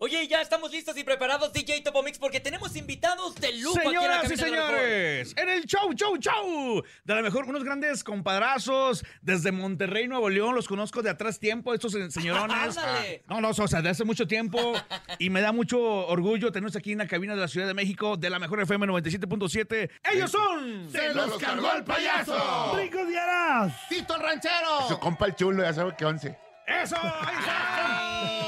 Oye, ya estamos listos y preparados, DJ Topomix, porque tenemos invitados de lujo Señoras aquí y en la cabina de la señores, en el show, show, show de la mejor, unos grandes compadrazos desde Monterrey, Nuevo León, los conozco de atrás tiempo, estos se- señorones. Ah, Ándale. no, no, o sea, de hace mucho tiempo y me da mucho orgullo tenerlos aquí en la cabina de la Ciudad de México de la mejor FM 97.7. Ellos son ¡Se los cargó el payaso! ¡Rico Diaras! ¡Tito el ranchero! Su compa el chulo, ya sabe que 11. eso. ahí están. ¡Ay!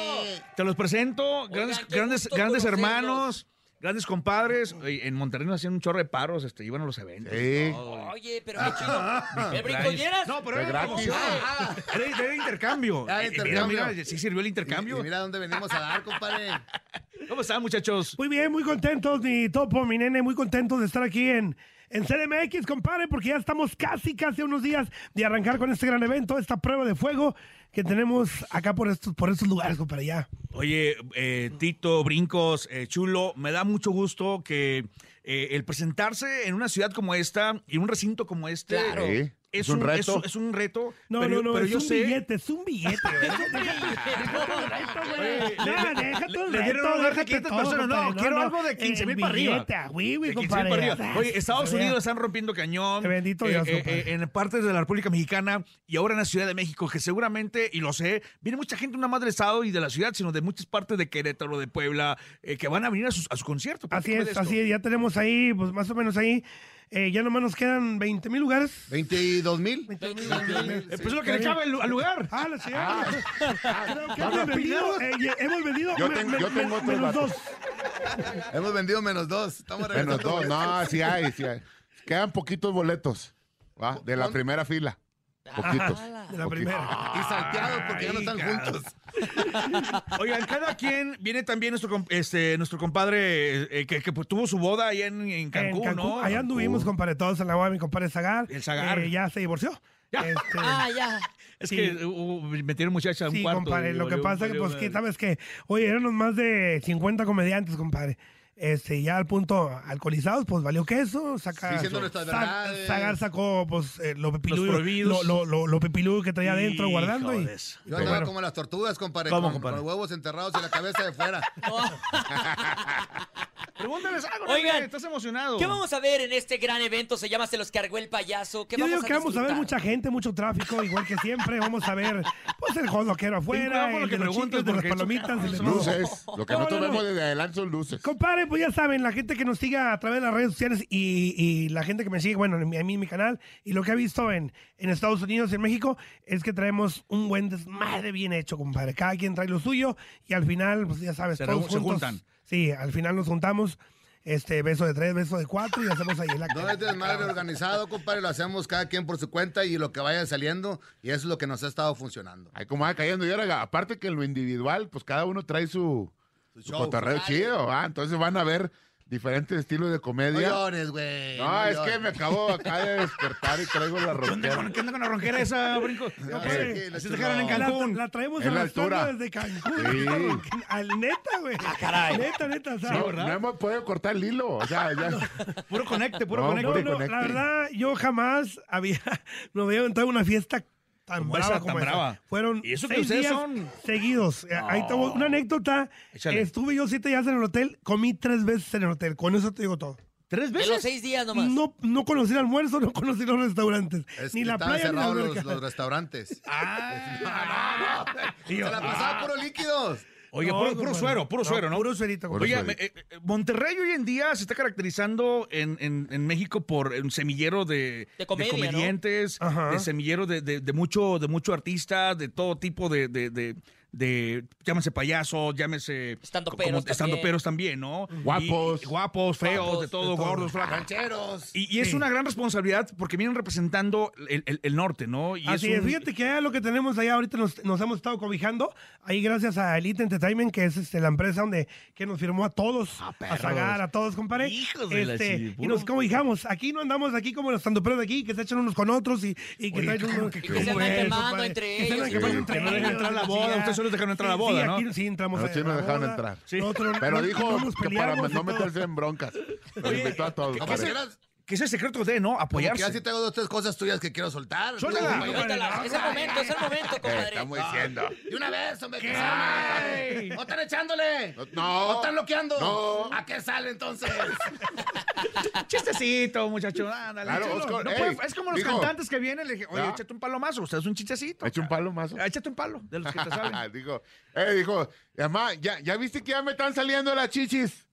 Te los presento, grandes, qué grandes, gusto grandes conocerlos. hermanos, grandes compadres. Oye, En Monterrey nos hacían un chorro de paros, este, iban a los eventos. Sí. Oh, Oye, pero qué chido. ¿El brinco Lleras? No, pero De era de gratis. Ah, promoción. Era, era de intercambio. Era de Y- y mira, intercambio. Mira, sí sirvió el intercambio. Y- y mira dónde venimos a dar, compadre. ¿Cómo están, muchachos? Muy bien, muy contentos, mi topo, mi nene, muy contentos de estar aquí en, en CDMX, compadre, porque ya estamos casi, casi a unos días de arrancar con este gran evento, esta prueba de fuego que tenemos acá por estos, por estos lugares, compadre, ya. Oye, eh, Tito, Brincos, eh, Chulo, me da mucho gusto que eh, el presentarse en una ciudad como esta, en un recinto como este, Claro. Sí, es, es un, un reto. reto. Es, un reto. No, pero, no, no, pero es yo un sé- billete, es un billete. es un billete. No, deja le- todo el le dieron reto, una déjate de 500 todo, personas, no, compadre, quiero algo de 15,000 para arriba. billete, ah, güey, güey, de 15,000 compadre, para ya arriba. sabes, Oye, Estados compadre, Unidos ya. están rompiendo cañón. Eh, Bendito Dios, compadre. En partes de la República Mexicana y ahora en la Ciudad de México, que seguramente, y lo sé, viene mucha gente, no más del Estado y de la ciudad, sino de muchas partes de Querétaro, de Puebla, eh, que van a venir a, sus, a su concierto. Así Platícame de es, esto. así es, ya tenemos ahí, pues más o menos ahí, eh, ya nomás nos quedan 20 mil lugares. ¿22 mil? Eh, pues es lo que le cabe al lu- al lugar. Ah, la chingada. Creo que ¿Van hemos a vendido, opinar? eh, ye- hemos vendido Yo me- tengo- me- yo tengo me- otros menos datos. dos. Hemos vendido menos dos. Estamos regresando. Menos dos, no, sí hay, sí hay. Quedan poquitos boletos, ¿va? De la Pon- primera fila. Poquitos. De la primera. Y salteados porque ya no Ay, están cara. juntos. Oigan, cada quien viene también nuestro, com- este, nuestro compadre eh, que, que tuvo su boda allá en, en Cancún, en Cancún, ¿no? allá anduvimos, compadre, todos en la boda, mi compadre Zagar. El Zagar. Eh, ya se divorció. Ya. Este, Ah, ya. Es Sí. que uh, metieron muchacha a un sí, cuarto. compadre, y lo que valió- pasa es que, valió pues, que, madre. ¿sabes qué? Oye, éramos más de 50 comediantes, compadre. Este, ya al punto alcoholizados, pues valió queso, saca, Diciendo nuestras verdades. Zagar sacó, pues, eh, lo pepiludo, lo, prohibidos. lo, lo, lo pepiludo que traía adentro Hijo guardando y... de eso. Yo andaba Bueno. como las tortugas, compadre. ¿Cómo, con, compadre? con los huevos enterrados y la cabeza de fuera. Pregúntales algo, Oigan, Oigan, estás emocionado. ¿Qué vamos a ver en este gran evento? Se llama Se los cargó el payaso. ¿Qué Yo vamos digo a que vamos a ver disfrutar? mucha gente, mucho tráfico, igual que siempre. Vamos a ver, pues el jodoquero Cuidado afuera, con lo el que de los preguntas, chicos, de las porque eso- palomitas. el de todo. Luces. Lo que No, nosotros no, no. vemos desde adelante son luces. Compadre, pues ya saben, la gente que nos siga a través de las redes sociales y, y la gente que me sigue, bueno, en mi- a mí en mi canal, y lo que ha visto en, en Estados Unidos y en México, es que traemos un buen desmadre bien hecho, compadre. Cada quien trae lo suyo y al final, pues ya sabes, Se todos reú- se juntos. juntan. Sí, al final nos juntamos, este, beso de tres, beso de cuatro, y hacemos ahí el No es desmadre organizado, compadre. Lo hacemos cada quien por su cuenta y lo que vaya saliendo. Y eso es lo que nos ha estado funcionando. Ahí como va cayendo. Y ahora, aparte que en lo individual, pues cada uno trae su, Su su show. cotorreo Ay. chido, ¿va? Entonces van a ver diferentes estilos de No comedia. llores, güey. No, es que me acabo acá de despertar y traigo la ronquera. ¿Qué onda con la ronquera Ah, esa, brinco? tranquilo, Compadre, Así chulo. te dejaron en Cancún. La, la traemos Es la arrastrando altura. desde Cancún. Sí. cabrón, que- Al neta, güey. Ah, caray. Neta, neta, o sea, No, ¿verdad? no hemos podido cortar el hilo. O sea, ya. Puro conecte, puro No, no, conecte. hombre. no, conecte. la verdad, yo jamás había, no había entrado en una fiesta tan Como brava esa, como tan esa. brava. Fueron Y eso que seis ustedes días son- seguidos. Eh, Ahí tengo una anécdota. Échale. Estuve yo siete días en el hotel, comí tres veces en el hotel. Con eso te digo todo. ¿Tres De los veces? seis días nomás. No, no conocí el almuerzo, no conocí los restaurantes. Es ni que la estaban playa ni la cerrados alberca. los, los restaurantes. Ah, Se la pasaba puro líquidos. Oye, No, puro, puro compadre. suero, puro No, suero, ¿no? Puro suerito. Puro Oye, suerito. eh, eh, Monterrey hoy en día se está caracterizando en, en- en México por un semillero de, De comedia, ¿no? comediantes, Ajá. de semillero de, de- de mucho, de mucho artista, de todo tipo de, de, de- de- llámese payaso, llámese Estandoperos como- también. estandoperos también, ¿no? Guapos. Y- y guapos, feos, Guapos, de todo, de todo. gordos, flacos. Rancheros. Y, y es Sí. una gran responsabilidad porque vienen representando el, el- el norte, ¿no? Y Así un- es, fíjate que ya lo que tenemos allá ahorita nos, nos hemos estado cobijando. Ahí gracias a Elite Entertainment, que es este, la empresa donde que nos firmó a todos, a Zagar, a todos, compadre. Hijos de la Este, chile, Y puro- nos cobijamos. Aquí no andamos aquí como los tandoperos de aquí, que se echan unos con otros y, y que Oye, traen ¿cómo unos... que- ¿Cómo que se andan es, quemando compadre? entre Que se ellos, andan quemando sí. entre Que no dejan ellos, entrar a la la boda, chingada. ustedes solo dejaron entrar a la Sí, boda, sí, ¿no? Aquí sí entramos No, a sí la nos dejaron boda. entrar. Nosotros no- Pero no- dijo no nos que para peleamos y no todo. meterse en broncas. Los invitó a todos. Eh, No, parece. pero eras- ¿Qué que es el secreto de, ¿no? Porque ya sí Apoyarse. tengo dos, tres cosas tuyas que quiero soltar. Suéltala, Tú, compadre. Suéltala. Es el momento, es el momento, Eh, compadre. estamos Ah. diciendo. De una vez, hombre. que se arme. No están echándole. No, no. No están bloqueando. No. ¿A qué sale entonces? Chistecito, muchacho. Ándale, Claro, échalo. Oscar, No ey, puede- es como los digo, cantantes que vienen. Le dije, oye, ¿verdad? échate un palomazo. Usted es un chistecito. Echa un palomazo. Échate un palo, de los que te saben. dijo, eh, dijo, mamá, ya, ya viste que ya me están saliendo las chichis.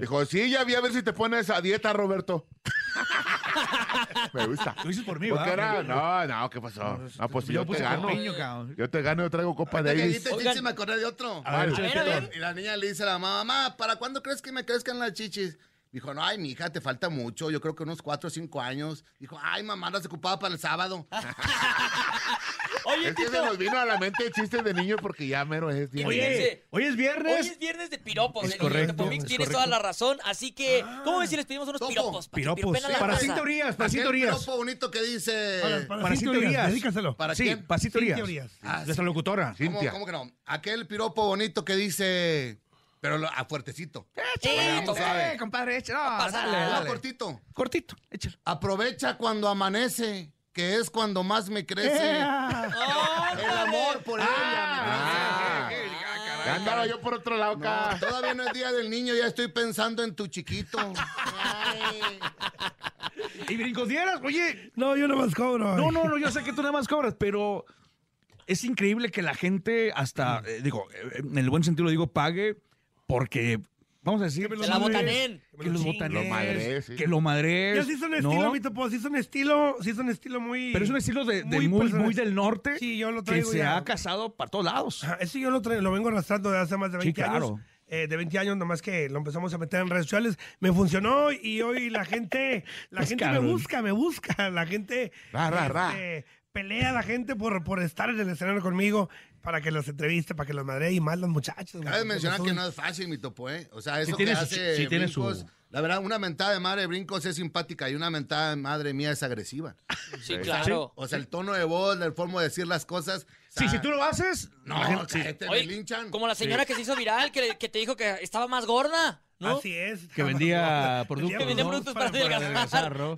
Dijo, sí, ya vi a ver si te pones a dieta, Roberto. me gusta. Lo dices por mí, Porque ¿verdad? era, no, no, ¿qué pasó? No, pues si este, Yo yo te puse gano. corpiño, cabrón. Yo te gano, yo traigo Copa Ahorita que Davis. dijiste chichis, me acordé de otro. A ver, Vale. A ver, a ver. Y la niña le dice a la mamá, mamá, ¿para cuándo crees que me crezcan las chichis? Dijo, no, ay, mi hija, te falta mucho. Yo creo que unos cuatro o cinco años. Dijo, ay, mamá, las ocupaba para el sábado. Oye, Es que se Tito, nos vino a la mente chistes de niño porque ya mero es. día. Oye, Fíjense. hoy es hoy es viernes. viernes de piropos. eh, Es en correcto, Topomix es tienes correcto. toda la razón. Así que, Ah. ¿cómo ves si les pedimos unos Topo. piropos? para que Piropos. piropen a la Para raza? sin teorías, para sin Aquel teorías. piropo bonito que dice... Para, Para sí sin teorías, teorías. dedícaselo. ¿Para sí, quién? para sin teorías. Sí, teorías. Ah, Nuestra locutora. Sí. ¿Cómo, Cintia. cómo que no? Aquel piropo bonito que dice... Pero lo- a fuertecito. Sí, Vamos a ver. Eh, compadre, échalo. No, pasa dale, nada. Uno dale. cortito. Cortito, échalo. Aprovecha cuando amanece, que es cuando más me crece Eh, ¡Órale! el amor por ella. Ah. me crece. Ya andaba yo por otro lado acá. Todavía no es día del niño, ya estoy pensando en tu chiquito. Ay. Y brincodieras, oye. No, yo no más cobro. No, no, no, yo sé que tú nada más cobras, pero es increíble que la gente hasta, eh, digo, eh, en el buen sentido lo digo, pague porque, vamos a decir, Se la botanen. Que los botanes, Lo madré, sí. que lo madres. Yo sí son estilo, mi topo, sí son estilo, sí son estilo muy... Pero es un estilo de, de muy, Muy muy, personal. del norte Sí, yo lo que traigo se ya. ha casado para todos lados. Ajá, Eso yo lo, tra- lo vengo arrastrando de hace más de Sí, 20 años. claro. eh, de 20 años, nomás que lo empezamos a meter en redes sociales. Me funcionó y hoy la gente, la Pues, gente me cabrón. busca, me busca. La gente Ra, ra, ra. este, pelea a la gente por, por estar en el escenario conmigo para que los entreviste, para que los madre y más los muchachos. Cabe los- mencionar los- que no es fácil, mi topo, ¿eh? O sea, eso Sí tiene que su- hace sí tiene su- brincos. La verdad, una mentada de madre de brincos es simpática y una mentada de madre mía es agresiva. Sí, claro. O sea, el tono de voz, la forma de decir las cosas. o sea, Sí, si tú lo haces, No, la gente- sí. cállate, me Oye, linchan. como la señora que se hizo viral, que, que te dijo que estaba más gorda, ¿no? Así es. que vendía productos, Vendía vendía ¿no? productos para adelgazar. ¿no?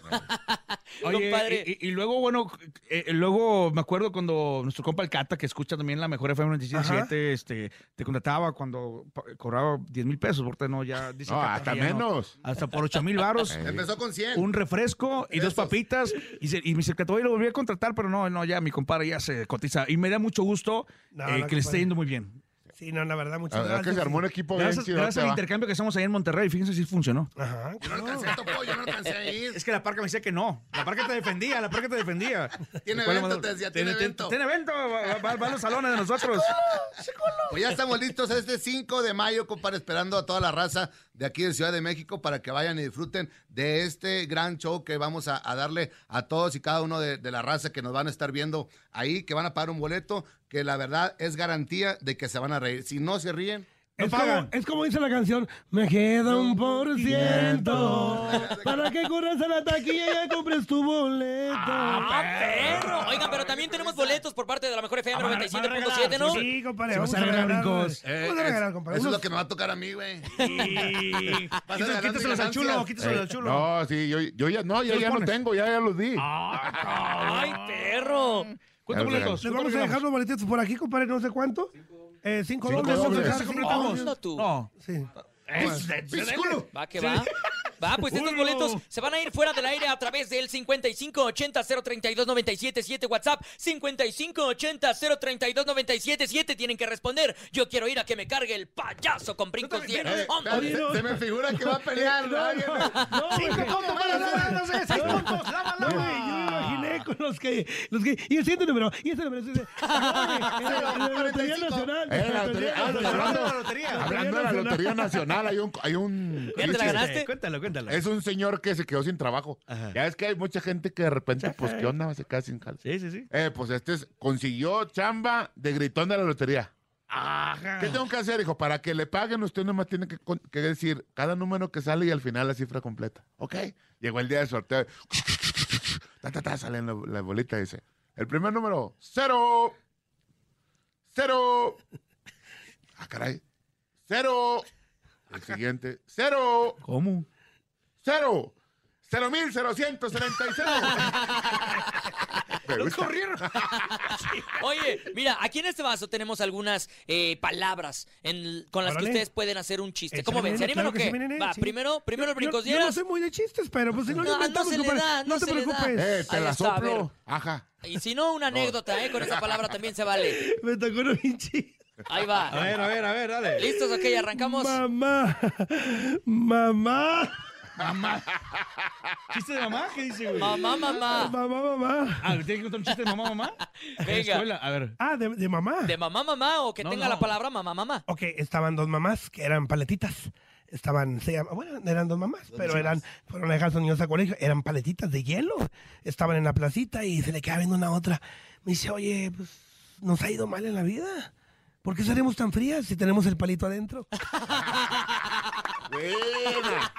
Oye, Compadre. y, y- y luego, bueno, eh, eh, luego me acuerdo cuando nuestro compa el Cata, que escucha también la mejor FM 977, este, te contrataba cuando pa- cobraba 10 mil pesos, porque no, ya dice No, Cata hasta que ya no. menos. Eh. hasta por 8 mil varos. Empezó con 100. Un refresco y dos papitas. Y, se- y me dice que todavía lo volví a contratar, pero no, no, ya mi compadre ya se cotiza. Y me da mucho gusto No, eh, no, que le esté compadre. yendo muy bien. Sí, no, la verdad, muchas La verdad gracias. Ah, que se armó un equipo bien Gracias, chido, gracias te al va. intercambio que hacemos allá en Monterrey, fíjense si funcionó. Ajá. Yo no alcancé, topo, yo no alcancé a ir. Es que la parca me decía que no. La parca te defendía, la parca te defendía. Tiene ¿Y cuál le evento, mandó? te decía, tiene evento. Tiene evento, va, va- va a los salones de nosotros. Pues ya estamos listos este 5 de mayo, compadre, esperando a toda la raza de aquí de Ciudad de México para que vayan y disfruten de este gran show que vamos a, a darle a todos y cada uno de, de la raza que nos van a estar viendo ahí, que van a pagar un boleto, que la verdad es garantía de que se van a reír. Si no se ríen, No Es pagan. como, es como dice la canción, me queda un por ciento para que corras a la taquilla y ya compres tu boleto. ¡Ah, perro! Oigan, pero también tenemos boletos por parte de la mejor FM 97.7, ¿no? Sí, compadre, Se vamos vas a a regalar regalar, brincos. güey. Eh, Vamos a regalar, Eh, es- compadre. eso es unos- lo que me va a tocar a mí, güey. Y- Vas quítas- agarrando Quítaselos al chulo, ganancias. quítaselos Eh, al chulo. No, sí, yo, yo ya, no, yo ¿Tú los ya no pones? tengo, ya, ya los di. Ah, Ah, ¡Ay, perro! ¿Cuántos Ya los boletos? Les vamos a dejar los boletetos por aquí, compadre, no sé cuánto. Eh, cinco Cinco dólares. Vamos a dólares. dejar, Se cinco completan dólares. No, tú. No. Sí. Eh, Eh, pues, Pues, ¡Pisculo! Va que va. Va, pues estos Uno. boletos se van a ir fuera del aire a través del 5580-032-977 WhatsApp. 5580-032-977 tienen que responder. Yo quiero ir a que me cargue el payaso con brincos 10. Eh, Hombre. espérate, se, me figura que va a Eh, pelear. alguien. Cinco puntos para la no sé, seis puntos. No, Lávala, güey, Ah. yo güey. me imaginé con los que, los que. Y el siguiente número, y este número. ese- en la- en la Lotería 45. Nacional. Eh, en la la Lotería lotería- ah, Nacional. hablando- de la lotería. Hablando de la Lotería Nacional, hay un... Hay un Ya te la ganaste. Cuéntalo, cuéntalo. Es un señor que se quedó sin trabajo. Ajá. Ya es que hay mucha gente que de repente, pues, ¿qué onda? Se queda sin jale. Sí, sí, sí. Eh, pues este es- consiguió chamba de gritón de la lotería. Ajá. ¿Qué tengo que hacer, hijo? Para que le paguen, usted nomás tiene que, con- que decir cada número que sale y al final la cifra completa. ¿Ok? Llegó el día del sorteo. Ta, ta, ta, sale la, la bolita y dice. El primer número, cero. Cero. Ah, caray. Cero. El siguiente, cero. ¿Cómo? Cero. cero mil setecientos treinta y cero. corrieron. Oye, mira, aquí en este vaso tenemos algunas eh, palabras en- con las Órale. que ustedes pueden hacer un chiste. ¿Cómo Échale, ven? ¿Se nene, animan claro o que qué? sí, mi nene, Va, sí. primero, primero el Yo, yo no brincosieras. soy muy de chistes, pero pues si no, No, lo inventamos, no se le compadre. da, no no te se le da. preocupes. Eh, te Ahí la está, a ver. soplo. Ajá. Y si no, una anécdota, ¿eh? Con esa palabra también se vale. Me tocó uno bien chido. Ahí A va. ver, a ver, a ver, dale. ¿Listos? Ok, arrancamos. Mamá, mamá, ¿Chiste de mamá? ¿Qué dice, güey? Mamá, mamá. mamá, mamá. Ah, ¿tiene que contar un chiste de mamá, mamá? En la Venga. escuela, a ver. Ah, de, de mamá. De mamá, mamá, o que No, tenga no. la palabra mamá, mamá. Ok, estaban dos mamás que eran paletitas. Estaban, se llama- bueno, eran dos mamás, pero eran, fueron a dejar a sus niños a colegio, eran paletitas de hielo. Estaban en la placita y se le queda viendo una a otra. Me dice, oye, pues nos ha ido mal en la vida. ¿Por qué seremos tan frías si tenemos el palito adentro? Buena.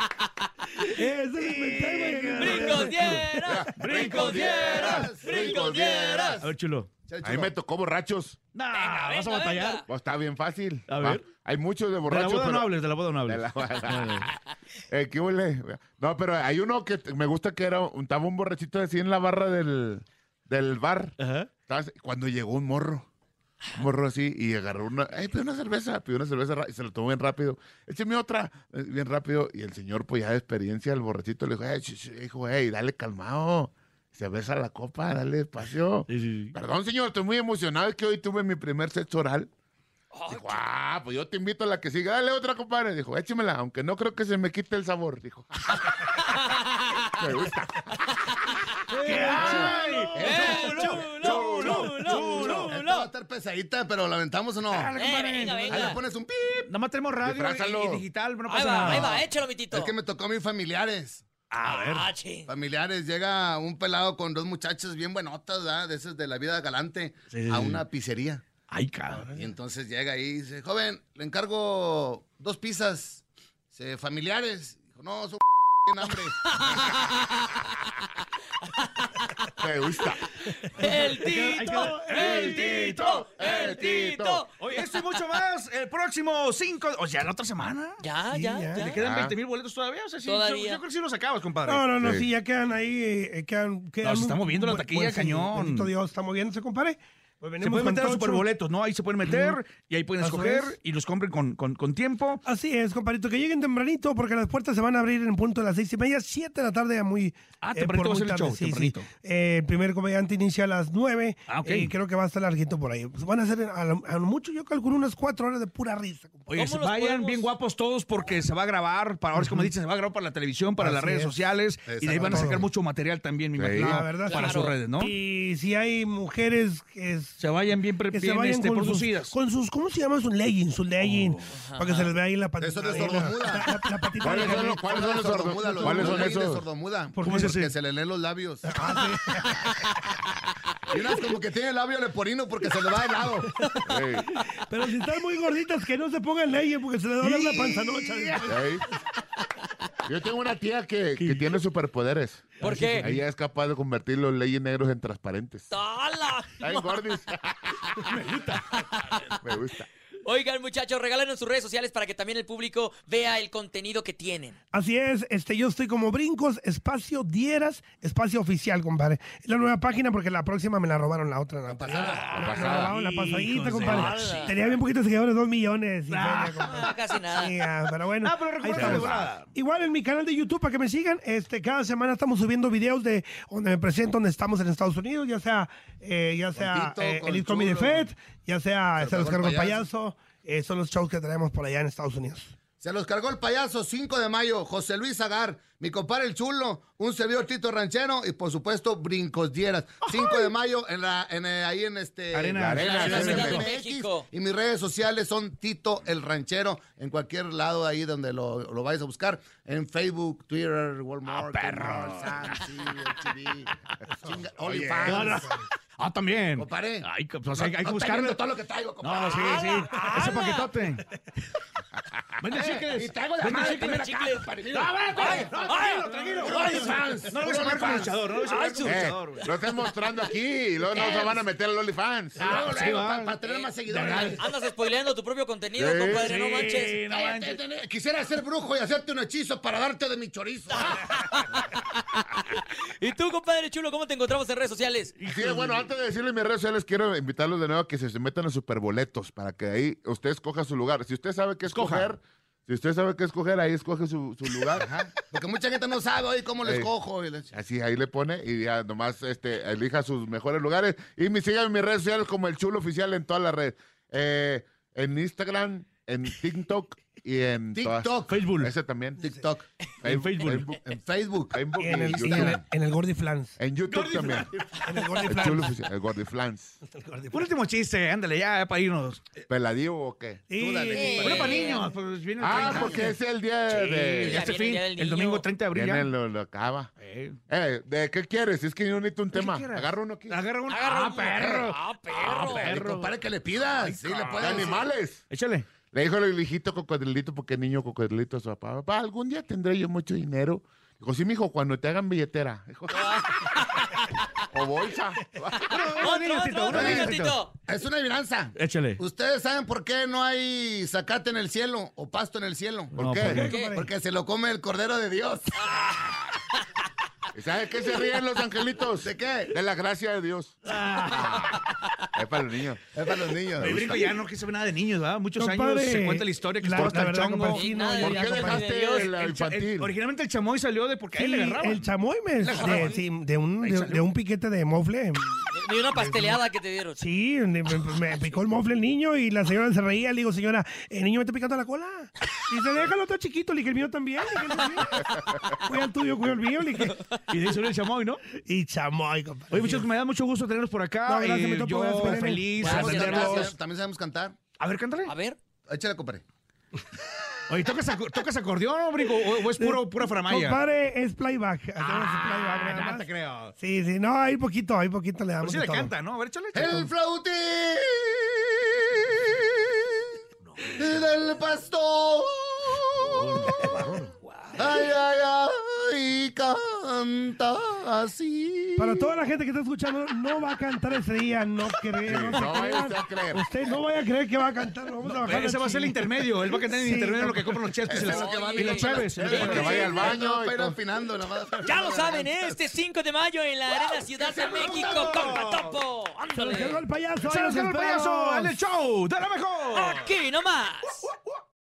Ese comentario, güey, ¡Brincos dieras! ¡Brincos dieras! ¡Brincos dieras! A ver, chulo. A mí me tocó borrachos. Nah, vas Venga, a venga, batallar. venga. Pues está bien fácil. A ver. Ah, Hay muchos de De la borrachos. boda pero- no hables, de la boda no De hables. la- Eh, ¿qué huele? No, pero hay uno que t- me gusta que era un, estaba un borrachito así en la barra del, del bar. Ajá. Estaba así, Cuando llegó un morro. Un morro así y agarró una. ¡Ay, pidió una cerveza! Pidió una cerveza ra- y se la tomó bien rápido. Écheme otra. eh, Bien rápido. Y el señor, pues ya de experiencia, el borrachito le dijo: ¡Ey, sh- sh- hijo, ey, dale calmado! Se besa la copa, dale despacio. Sí, sí, sí. Perdón, señor, estoy muy emocionado. Es que hoy tuve mi primer sexo oral. Dijo, ah, pues yo te invito a la que sigue. Dale otra, compadre. Dijo, échemela, aunque no creo que se me quite el sabor. Dijo, me gusta. ¡Eh, Eso, chulo, chulo, Esta va a chulo! estar pesadita, pero ¿la aventamos o no? Ahí Eh, venga, le venga. pones un pip. Nada más tenemos radio y, pues. Disfrázalo. y digital, no Ahí pasa va, nada. ahí va, échalo, mitito. Es que me tocó a mis familiares. Ah, ching. Familiares, llega un pelado con dos muchachas bien buenotas, ¿verdad? De esas de la vida galante, Sí, sí, a sí. una pizzería. ah. Ay, cabrón. Y entonces llega ahí y dice, joven, le encargo dos pizzas Dice, familiares. Dijo, no, son tienen hambre. me gusta. El Hay que- Tito, el Tito, el Tito. Oye, esto y mucho más el próximo 5, o sea, la otra semana. Ya, Sí, ya, ya. ya. ¿Le quedan Ah. 20 mil boletos todavía? O sea, sí, Todavía. Yo, yo creo que sí los acabas, compadre. No, no, no, Sí. sí, ya quedan ahí, eh, eh, quedan, quedan se está un- moviendo la buen- taquilla, buen- sí, cañón. Bendito Dios, está moviéndose, compadre. Pues Se venimos pueden con meter a todo el show. superboletos, ¿no? Ahí se pueden meter y ahí pueden Eso escoger es. y los compren con, con, con tiempo. Así es, compadrito, que lleguen tempranito porque las puertas se van a abrir en punto de las seis y media, siete de la tarde, ya muy. eh, Ah, tempranito por va a muy ser el tarde, show, tempranito. Eh, el primer comediante inicia a las nueve Ah, ok. y creo que va a estar larguito por ahí. Pues van a ser a lo, a lo mucho, yo calculo unas cuatro horas de pura risa. compadre. Oye, ¿Cómo se los vayan podemos- bien guapos todos porque se va a grabar, para ahora es como dicen, se va a grabar para la televisión, para las Así redes es. sociales y de ahí van a Exacto. sacar mucho material también, me Sí. imagino, La verdad, para claro. sus redes, ¿no? Y si hay mujeres que es- Se vayan bien, pre- que se bien, vayan este, con, producidas. sus, Oh. con sus, ¿cómo se llama? Sus leggings, sus leggings, para que se les vea ahí la patita. Eso no es ahí la- sordomuda. la- la- la patita ¿Cuáles de- son los- cuáles son los Sordomuda, sordos? los ¿Cuáles son los leggings de esos? sordomuda. ¿Por qué? Porque se le leen los labios. Ah, sí. Y unas como que tiene labio leporino porque se le va al lado. Ey, Pero si están muy gorditas, que no se pongan leyes porque se les va a dar la panzanocha. después. ey. Yo tengo una tía que, que tiene superpoderes. ¿Por qué? Ella es capaz de convertir los leyes negros en transparentes. ¡Tala! Está bien, gordis. Me gusta. Me gusta. Oigan, muchachos, regálenos sus redes sociales para que también el público vea el contenido que tienen. Así es, este, yo estoy como brincos, espacio dieras, espacio oficial, compadre. Es la nueva página porque la próxima me la robaron la otra. La pasada. La, pasada. robaron la pasadita, Hijos de compadre. la chi- Tenía bien poquitos seguidores, dos millones. y Ah. feria, compadre. Ah, casi nada. Sí, ah, pero bueno. Ah, pero ahí recuerda estamos. de volada. Igual en mi canal de YouTube, para que me sigan, este, cada semana estamos subiendo videos de donde me presento, donde estamos en Estados Unidos, ya sea, eh, ya sea Tito, eh, con el East Comedy Chulo. Fed, ya sea Se Cargó los el cargo el Payaso. payaso, eh, son los shows que traemos por allá en Estados Unidos. Se los cargó el payaso 5 de mayo, José Luis Agar, mi compadre el chulo, un servidor Tito Ranchero y por supuesto Brincos Dieras. 5 de mayo en la, en, eh, ahí en este Arena. la Arena, Arena Arena de MX. México. Y mis redes sociales son Tito el Ranchero en cualquier lado ahí donde lo, lo vayas a buscar, en Facebook, Twitter, Ah, Walmart, Walmart, Samsung, HB, chinga- OnlyFans. Ah, también. Compadre. Ay, pues hay, hay que No está buscarle. viendo todo lo que traigo, No, no, compadre. sí, sí. Ese paquetote. Vende chicles. Y traigo de Vende madre, chicles. tengo chicle. compadre, mira. No, vente. Ay, No, ay, tranquilo, tranquilo. OnlyFans, No lo voy a ver como OnlyFans. luchador. No lo voy a ver como Eh, luchador. güey. lo estás mostrando aquí y luego no se van a meter al OnlyFans. Luego, Ah, sí, luego, va. pa- para tener más seguidores. Andas spoileando tu propio contenido, Sí, compadre, no Sí, manches. no Eh, manches. te- te- Quisiera ser brujo y hacerte un hechizo para darte de mi chorizo. ¿Y tú, compadre chulo, cómo te encontramos en redes sociales? Sí, bueno, antes de decirle mis redes sociales, quiero invitarlos de nuevo a que se metan a Superboletos para que ahí usted escoja su lugar. Si usted sabe qué Escoja. escoger, si usted sabe qué escoger, ahí escoge su, su lugar. Porque mucha gente no sabe hoy cómo les Ey. cojo. y la ch- Así, ahí le pone y ya nomás este, elija sus mejores lugares. Y me sigan en mis redes sociales como el chulo oficial en todas las redes. Eh, en Instagram, en TikTok y en todas- TikTok. Facebook. Ese también. TikTok. En Facebook. En Facebook. Facebook Y en el, y y en YouTube. el, en el Gordy Flans. En YouTube también. En el Gordy El chulo Flans. oficial, el Gordiflans. El Gordy Un Flans. último chiste, ándale, ya para irnos. ¿Peladío o qué? Sí. Tú dale, Eh. Bueno, para niños, pues viene el Ah, 30. porque es el día Sí, de. ya viene este el fin, Día del el, Niño. domingo 30 de abril. ya. Viene lo, lo acaba. Eh, Eh, ¿de qué quieres? Es que yo necesito un ¿qué tema. quieres? Agarra uno aquí. Agarra un. Agarra ah, un- perro. ¡Ah, perro! perro. Perro. Para que le pidas. Sí, le De puedes. animales. Échale. Le dijo el hijito cocodrilito, porque el niño cocodrilito a su papá, papá, algún día tendré yo mucho dinero. Dijo, sí, mijo, cuando te hagan billetera. Dijo, o bolsa. Otro, Un minutito, otro, otro un minutito. minutito. Es una adivinanza. Échale. ¿Ustedes saben por qué no hay zacate en el cielo o pasto en el cielo? ¿Por No, qué? ¿Qué? Porque se lo come el Cordero de Dios. ¿Y ¿Sabes qué se ríen los angelitos? ¿De qué? Ah. De la gracia de Dios. es para los niños. Es para los niños. El brinco ya no quise ver nada de niños, ¿verdad? Muchos años Compadre, se cuenta la historia que la- estuvo la hasta el verdad, chongo. compadre, sí, no, Nada, yo ¿Por ya, qué ya, compadre. de Dios. dejaste la El cha- infantil? el- originalmente el chamoy salió de porque ahí Sí, le agarraban. el chamoy me- de, sí, de un, Ahí de- salió. de un piquete de mofle. Ni una pasteleada que te dieron. Sí, me, me- me picó el mofle el niño y la señora se reía. Le digo, señora, el niño me está picando la cola. Y se deja el otro chiquito. Le dije, el mío también. le dije, "El mío". Cuida el tuyo, cuida el mío. Le dije, Y de ahí salió el chamoy, ¿no? y chamoy, compadre. Oye, muchachos, me da mucho gusto tenerlos por acá. No, gracias, Eh, me topo, yo gracias, Belén. feliz Podemos Gracias, cantar, atenderlos. gracias. También sabemos cantar. A ver, cántale. A ver. Échale, compadre. Oye, ¿tocas, ac- tocas acordeón, hombre? ¿O, o es puro, pura faramaya? Compadre, es playback. Hacemos Ah, playback nada no más. te creo. Sí, sí, no, hay poquito, hay poquito le Pero damos. sí de le todo. canta, ¿no? A ver, échale. El flautín del pastor. Oh. Ay, ay, ay, canta así. Para toda la gente que está escuchando, no va a cantar ese día, no creo. Sí, no vaya usted a creer. Usted no vaya a creer que va a cantar, lo vamos a bajar. Ese la va a ser el chingada. intermedio. Él va a cantar en el Sí, intermedio lo no. que compran los chescos y Ese las- es el que va a y los venir. cheves. Ese es el Que vaya al baño y Para ir todo. afinando, nada más. Ya lo saben, ¿eh? este 5 de mayo en la Arena Ciudad de México, compa Topo. Se nos Ándale. quedó el payaso. ¡Se ahí nos quedó el esperamos. payaso! ¡Dale show! ¡Dale mejor! Aquí nomás.